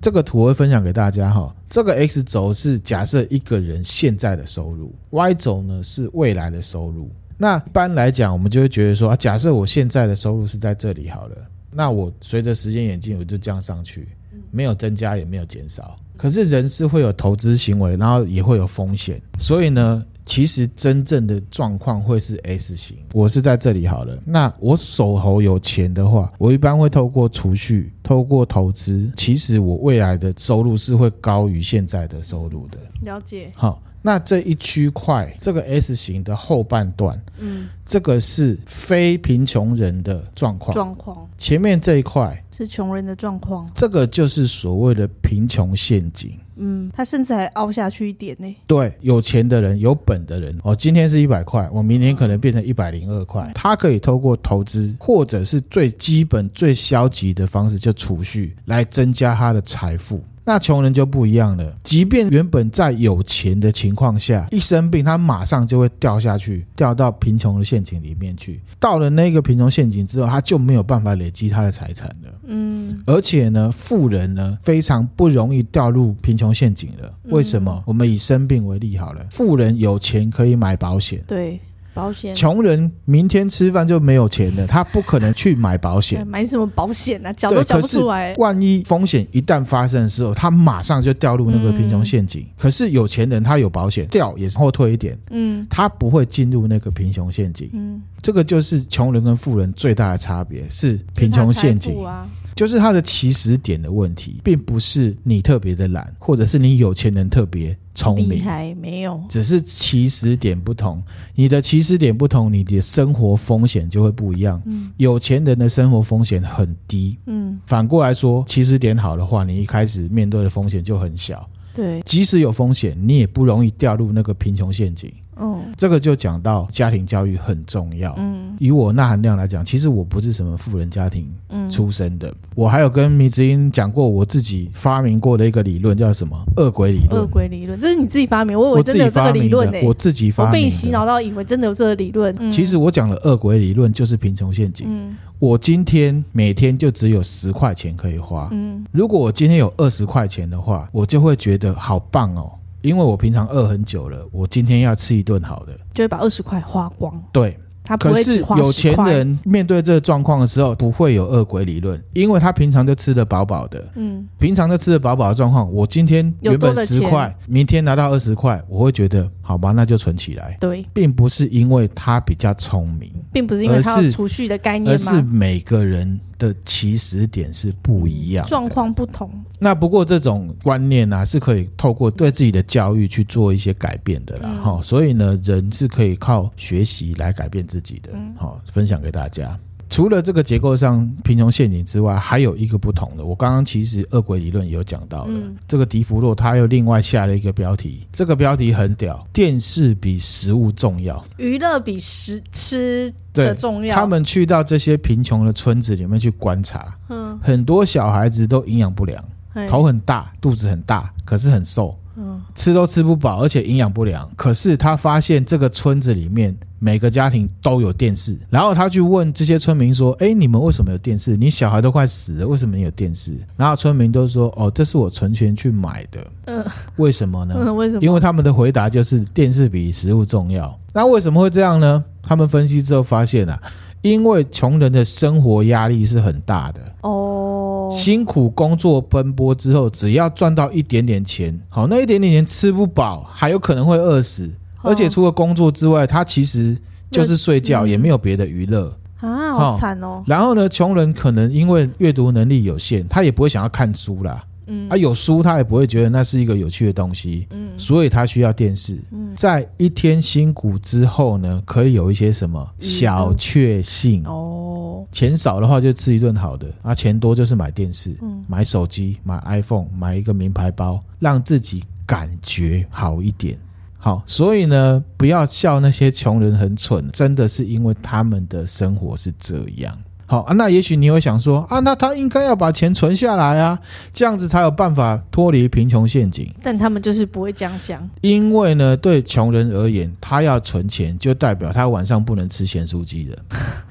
Speaker 1: 这个图我会分享给大家哈、这个 X 轴是假设一个人现在的收入，Y 轴呢是未来的收入。那一般来讲，我们就会觉得说，啊，假设我现在的收入是在这里好了，那我随着时间演进，我就这样上去，没有增加也没有减少。可是人是会有投资行为，然后也会有风险，所以呢，其实真正的状况会是 S 型。我是在这里好了，那我手头有钱的话，我一般会透过储蓄、透过投资，其实我未来的收入是会高于现在的收入的。
Speaker 2: 了解，
Speaker 1: 好，那这一区块这个 S 型的后半段，
Speaker 2: 嗯，
Speaker 1: 这个是非贫穷人的状况。
Speaker 2: 状况
Speaker 1: 前面这一块，
Speaker 2: 是穷人的状况，
Speaker 1: 这个就是所谓的贫穷陷阱。
Speaker 2: 嗯，他甚至还凹下去一点呢，
Speaker 1: 对，有钱的人、有本的人，哦，今天是一百块，我明天可能变成一百零二块。他可以透过投资，或者是最基本、最消极的方式，就储蓄来增加他的财富。那穷人就不一样了，即便原本在有钱的情况下，一生病，他马上就会掉下去，掉到贫穷的陷阱里面去。到了那个贫穷陷阱之后，他就没有办法累积他的财产了。
Speaker 2: 嗯，
Speaker 1: 而且呢，富人呢非常不容易掉入贫穷陷阱了。
Speaker 2: 嗯
Speaker 1: 为什么？我们以生病为例好了，富人有钱可以买保险，
Speaker 2: 对，保险。
Speaker 1: 穷人明天吃饭就没有钱了，他不可能去买保
Speaker 2: 哎 <laughs>
Speaker 1: 险。
Speaker 2: 买什么保险啊？缴
Speaker 1: 对
Speaker 2: 都缴不
Speaker 1: 可是
Speaker 2: 出来。
Speaker 1: 万一风险一旦发生的时候，他马上就掉入那个贫穷陷阱。可是有钱人他有保险，掉也是后退一点，
Speaker 2: 嗯
Speaker 1: 他不会进入那个贫穷陷阱。
Speaker 2: 嗯，
Speaker 1: 这个就是穷人跟富人最大的差别是贫穷陷
Speaker 2: 是他财富
Speaker 1: 阱。
Speaker 2: 啊。
Speaker 1: 就是它的起始点的问题，并不是你特别的懒，或者是你有钱人特别聪
Speaker 2: 厉
Speaker 1: 明，
Speaker 2: 害没有？
Speaker 1: 只是起始点不同。你的起始点不同，你的生活风险就会不一样。
Speaker 2: 嗯
Speaker 1: 有钱人的生活风险很低，
Speaker 2: 嗯，
Speaker 1: 反过来说，起始点好的话，你一开始面对的风险就很小。
Speaker 2: 对，
Speaker 1: 即使有风险，你也不容易掉入那个贫穷陷阱。
Speaker 2: 嗯
Speaker 1: 这个就讲到家庭教育很重要。
Speaker 2: 嗯
Speaker 1: 以我那含量来讲，其实我不是什么富人家庭
Speaker 2: 嗯，
Speaker 1: 出身的。我还有跟迷之音讲过我自己发明过的一个理论，叫什么“恶鬼理
Speaker 2: 恶
Speaker 1: 论
Speaker 2: 鬼理论，这是你自己发明，我”。以为
Speaker 1: 我自
Speaker 2: 真的
Speaker 1: 己
Speaker 2: 有这个
Speaker 1: 发
Speaker 2: 理
Speaker 1: 明
Speaker 2: 论
Speaker 1: 的
Speaker 2: 呢、，
Speaker 1: 我自己
Speaker 2: 我
Speaker 1: 发
Speaker 2: 被
Speaker 1: 明
Speaker 2: 你洗
Speaker 1: 的。
Speaker 2: 脑到以为真的有这个理论。嗯、
Speaker 1: 其实我讲的“恶鬼理论”就是贫穷陷阱。
Speaker 2: 嗯
Speaker 1: 我今天每天就只有十块钱可以花。
Speaker 2: 嗯
Speaker 1: 如果我今天有二十块钱的话，我就会觉得好棒哦，因为我平常饿很久了，我今天要吃一顿好的。
Speaker 2: 就会把二十块花光，
Speaker 1: 对，
Speaker 2: 他不
Speaker 1: 可
Speaker 2: 会
Speaker 1: 是
Speaker 2: 只花
Speaker 1: 有
Speaker 2: 10
Speaker 1: 钱
Speaker 2: 块。
Speaker 1: 人面对这个状况的时候，不会有恶鬼理论，因为他平常就吃得饱饱的，
Speaker 2: 嗯，
Speaker 1: 平常都吃得饱饱的状况，我今天原
Speaker 2: 有多
Speaker 1: 本
Speaker 2: 的
Speaker 1: 十
Speaker 2: 钱
Speaker 1: 块，明天拿到二十块，我会觉得好吧，那就存起来，
Speaker 2: 对，
Speaker 1: 并不是因为他比较聪明，
Speaker 2: 并不是因为
Speaker 1: 而
Speaker 2: 他有
Speaker 1: 是
Speaker 2: 储蓄的概
Speaker 1: 而
Speaker 2: 念
Speaker 1: 是
Speaker 2: 嘛，
Speaker 1: 每个人的起始点是不一样的。
Speaker 2: 状况不同。
Speaker 1: 那不过这种观念啊，是可以透过对自己的教育去做一些改变的啦。
Speaker 2: 嗯
Speaker 1: 哈、所以呢，人是可以靠学习来改变自己的
Speaker 2: 嗯。
Speaker 1: 好、分享给大家。除了这个结构上贫穷陷阱之外，还有一个不同的。我刚刚其实恶鬼理论也有讲到了，
Speaker 2: 嗯
Speaker 1: 这个迪弗洛他又另外下了一个标题，这个标题很屌，电视比食物重要。
Speaker 2: 娱乐比食吃
Speaker 1: 对
Speaker 2: 的，重要。
Speaker 1: 他们去到这些贫穷的村子里面去观察，
Speaker 2: 嗯，
Speaker 1: 很多小孩子都营养不良。
Speaker 2: 嘿
Speaker 1: 头很大，肚子很大，可是很瘦，
Speaker 2: 嗯
Speaker 1: 吃都吃不饱，而且营养不良。可是他发现这个村子里面每个家庭都有电视，然后他去问这些村民说：“哎，你们为什么有电视？你小孩都快死了，为什么你有电视？”然后村民都说：“哦，这是我存钱去买的。
Speaker 2: 嗯”
Speaker 1: 为什么呢？
Speaker 2: 嗯， <laughs> 为什么？
Speaker 1: 因为他们的回答就是电视比食物重要。那为什么会这样呢？他们分析之后发现啊，因为穷人的生活压力是很大的，
Speaker 2: 哦，
Speaker 1: 辛苦工作奔波之后，只要赚到一点点钱，好，那一点点钱吃不饱，还有可能会饿死。
Speaker 2: 哦
Speaker 1: 而且除了工作之外，他其实就是睡觉，
Speaker 2: 嗯
Speaker 1: 也没有别的娱乐。
Speaker 2: 啊，
Speaker 1: 哦
Speaker 2: 好惨哦。
Speaker 1: 然后呢，穷人可能因为阅读能力有限，他也不会想要看书啦。
Speaker 2: 嗯
Speaker 1: 啊，有书他也不会觉得那是一个有趣的东西，
Speaker 2: 嗯
Speaker 1: 所以他需要电视。
Speaker 2: 嗯
Speaker 1: 在一天辛苦之后呢，可以有一些什么
Speaker 2: 娱乐
Speaker 1: 小确幸。
Speaker 2: 哦，
Speaker 1: 钱少的话就吃一顿好的，啊，钱多就是买电视、
Speaker 2: 嗯
Speaker 1: 买手机、买 iPhone、买一个名牌包，让自己感觉好一点。好，所以呢，不要笑那些穷人很蠢，真的是因为他们的生活是这样。好啊，那也许你会想说啊，那他应该要把钱存下来啊，这样子才有办法脱离贫穷陷阱。
Speaker 2: 但他们就是不会这样想。
Speaker 1: 因为呢，对穷人而言，他要存钱，就代表他晚上不能吃咸酥鸡了，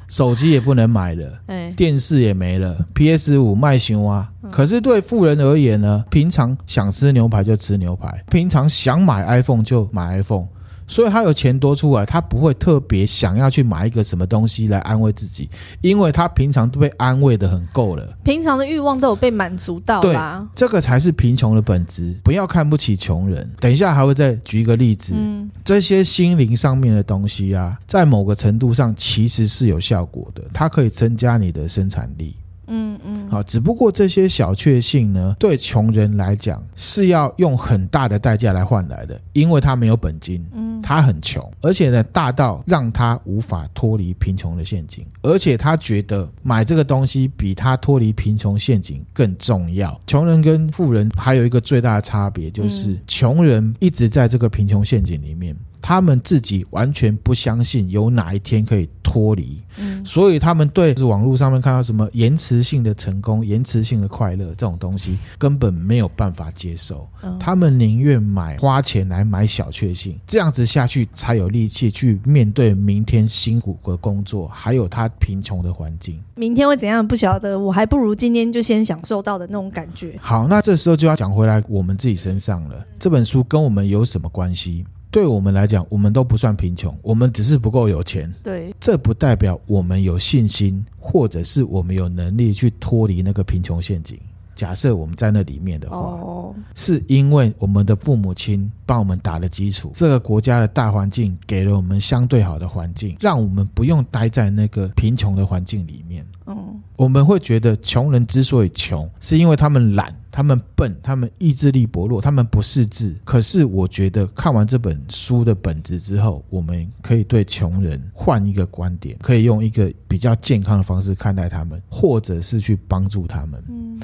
Speaker 1: 手机也不能买了，
Speaker 2: 哎，
Speaker 1: 电视也没了，PS 五卖熊啊。可是对富人而言呢，平常想吃牛排就吃牛排，平常想买 iPhone 就买 iPhone。所以他有钱多出来，他不会特别想要去买一个什么东西来安慰自己，因为他平常都被安慰的很够了。
Speaker 2: 平常的欲望都有被满足到
Speaker 1: 对
Speaker 2: 啦。
Speaker 1: 这个才是贫穷的本质，不要看不起穷人。等一下还会再举一个例子，
Speaker 2: 嗯，
Speaker 1: 这些心灵上面的东西啊，在某个程度上其实是有效果的，它可以增加你的生产力。
Speaker 2: 嗯嗯，
Speaker 1: 好，只不过这些小确幸呢，对穷人来讲是要用很大的代价来换来的，因为他没有本金，
Speaker 2: 嗯，
Speaker 1: 他很穷，而且呢，大到让他无法脱离贫穷的陷阱，而且他觉得买这个东西比他脱离贫穷陷阱更重要。穷人跟富人还有一个最大的差别就是，
Speaker 2: 嗯
Speaker 1: 穷人一直在这个贫穷陷阱里面。他们自己完全不相信有哪一天可以脱离，
Speaker 2: 嗯
Speaker 1: 所以他们对网络上面看到什么延迟性的成功、延迟性的快乐这种东西，根本没有办法接受。
Speaker 2: 嗯
Speaker 1: 他们宁愿买花钱来买小确幸，这样子下去才有力气去面对明天辛苦的工作，还有他贫穷的环境。
Speaker 2: 明天会怎样不晓得，我还不如今天就先享受到的那种感觉。
Speaker 1: 好，那这时候就要讲回来我们自己身上了。这本书跟我们有什么关系？对我们来讲，我们都不算贫穷，我们只是不够有钱。
Speaker 2: 对，
Speaker 1: 这不代表我们有信心，或者是我们有能力去脱离那个贫穷陷阱。假设我们在那里面的话，
Speaker 2: 哦，
Speaker 1: 是因为我们的父母亲帮我们打了基础，这个国家的大环境给了我们相对好的环境，让我们不用待在那个贫穷的环境里面。
Speaker 2: 嗯
Speaker 1: 我们会觉得穷人之所以穷，是因为他们懒、他们笨、他们意志力薄弱、他们不识字。可是我觉得看完这本书的本质之后，我们可以对穷人换一个观点，可以用一个比较健康的方式看待他们，或者是去帮助他们。
Speaker 2: 嗯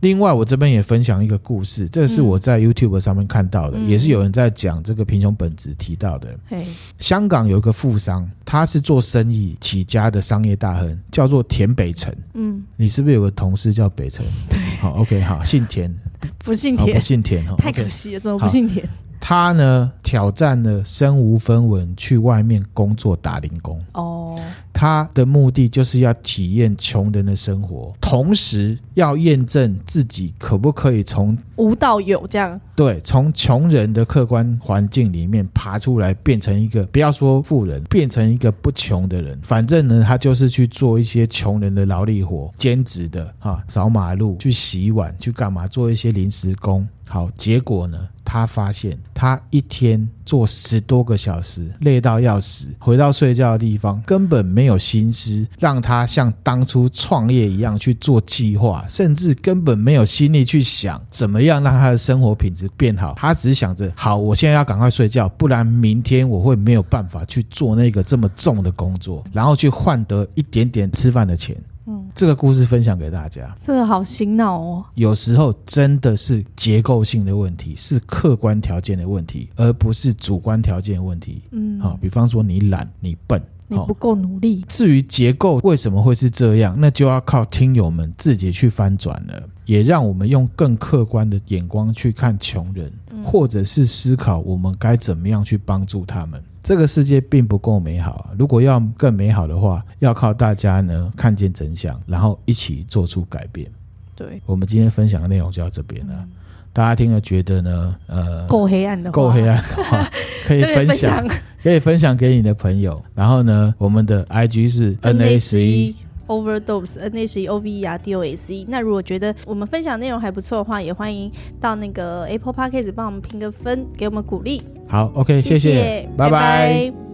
Speaker 1: 另外，我这边也分享一个故事，这是我在 YouTube 上面看到的，
Speaker 2: 嗯
Speaker 1: 也是有人在讲这个贫穷本质提到的。
Speaker 2: 嘿，
Speaker 1: 香港有一个富商，他是做生意起家的商业大亨，叫做田北辰。
Speaker 2: 嗯，
Speaker 1: 你是不是有个同事叫北
Speaker 2: <laughs>
Speaker 1: 辰？对，好，OK，好，姓田，
Speaker 2: 不信
Speaker 1: 好
Speaker 2: 甜
Speaker 1: 不，姓
Speaker 2: <laughs>
Speaker 1: 田哈。
Speaker 2: 太
Speaker 1: OK
Speaker 2: 可惜了，怎么
Speaker 1: 好
Speaker 2: 不信甜？
Speaker 1: 他呢挑战了身无分文去外面工作打零工，
Speaker 2: 哦，
Speaker 1: 他的目的就是要体验穷人的生活，同时要验证自己可不可以从
Speaker 2: 无到有这样，
Speaker 1: 对，从穷人的客观环境里面爬出来，变成一个不要说富人，变成一个不穷的人。反正呢，他就是去做一些穷人的劳力活，兼职的啊，扫马路、去洗碗、去干嘛，做一些临时工。好，结果呢，他发现他一天做十多个小时，累到要死，回到睡觉的地方根本没有心思让他像当初创业一样去做计划，甚至根本没有心力去想怎么样让他的生活品质变好。他只想着，好，我现在要赶快睡觉，不然明天我会没有办法去做那个这么重的工作，然后去换得一点点吃饭的钱。
Speaker 2: 嗯，
Speaker 1: 这个故事分享给大家。
Speaker 2: 这个好洗脑哦。
Speaker 1: 有时候真的是结构性的问题，是客观条件的问题，而不是主观条件的问题。
Speaker 2: 嗯，
Speaker 1: 好、比方说你懒、你笨，
Speaker 2: 你
Speaker 1: 好
Speaker 2: 不够努力，
Speaker 1: 至于结构为什么会是这样，那就要靠听友们自己去翻转了。也让我们用更客观的眼光去看穷人，
Speaker 2: 嗯
Speaker 1: 或者是思考我们该怎么样去帮助他们。这个世界并不够美好啊！如果要更美好的话，要靠大家呢看见真相，然后一起做出改变。
Speaker 2: 对，
Speaker 1: 我们今天分享的内容就到这边了。大家听了觉得呢，呃，
Speaker 2: 够黑暗的话，
Speaker 1: 嗯够黑暗的 <laughs> 话，可以
Speaker 2: 就可以
Speaker 1: 分
Speaker 2: 分
Speaker 1: 享，可以分享给你的朋友。然后呢，我们的 IG 是 NA 十一，
Speaker 2: Overdose N A 十一 O V E R D O S E。那如果觉得我们分享内容还不错的话，也欢迎到那个 Apple Podcast 帮我们评个分，给我们鼓励。
Speaker 1: 好，OK，谢
Speaker 2: 谢，
Speaker 1: 拜拜
Speaker 2: 拜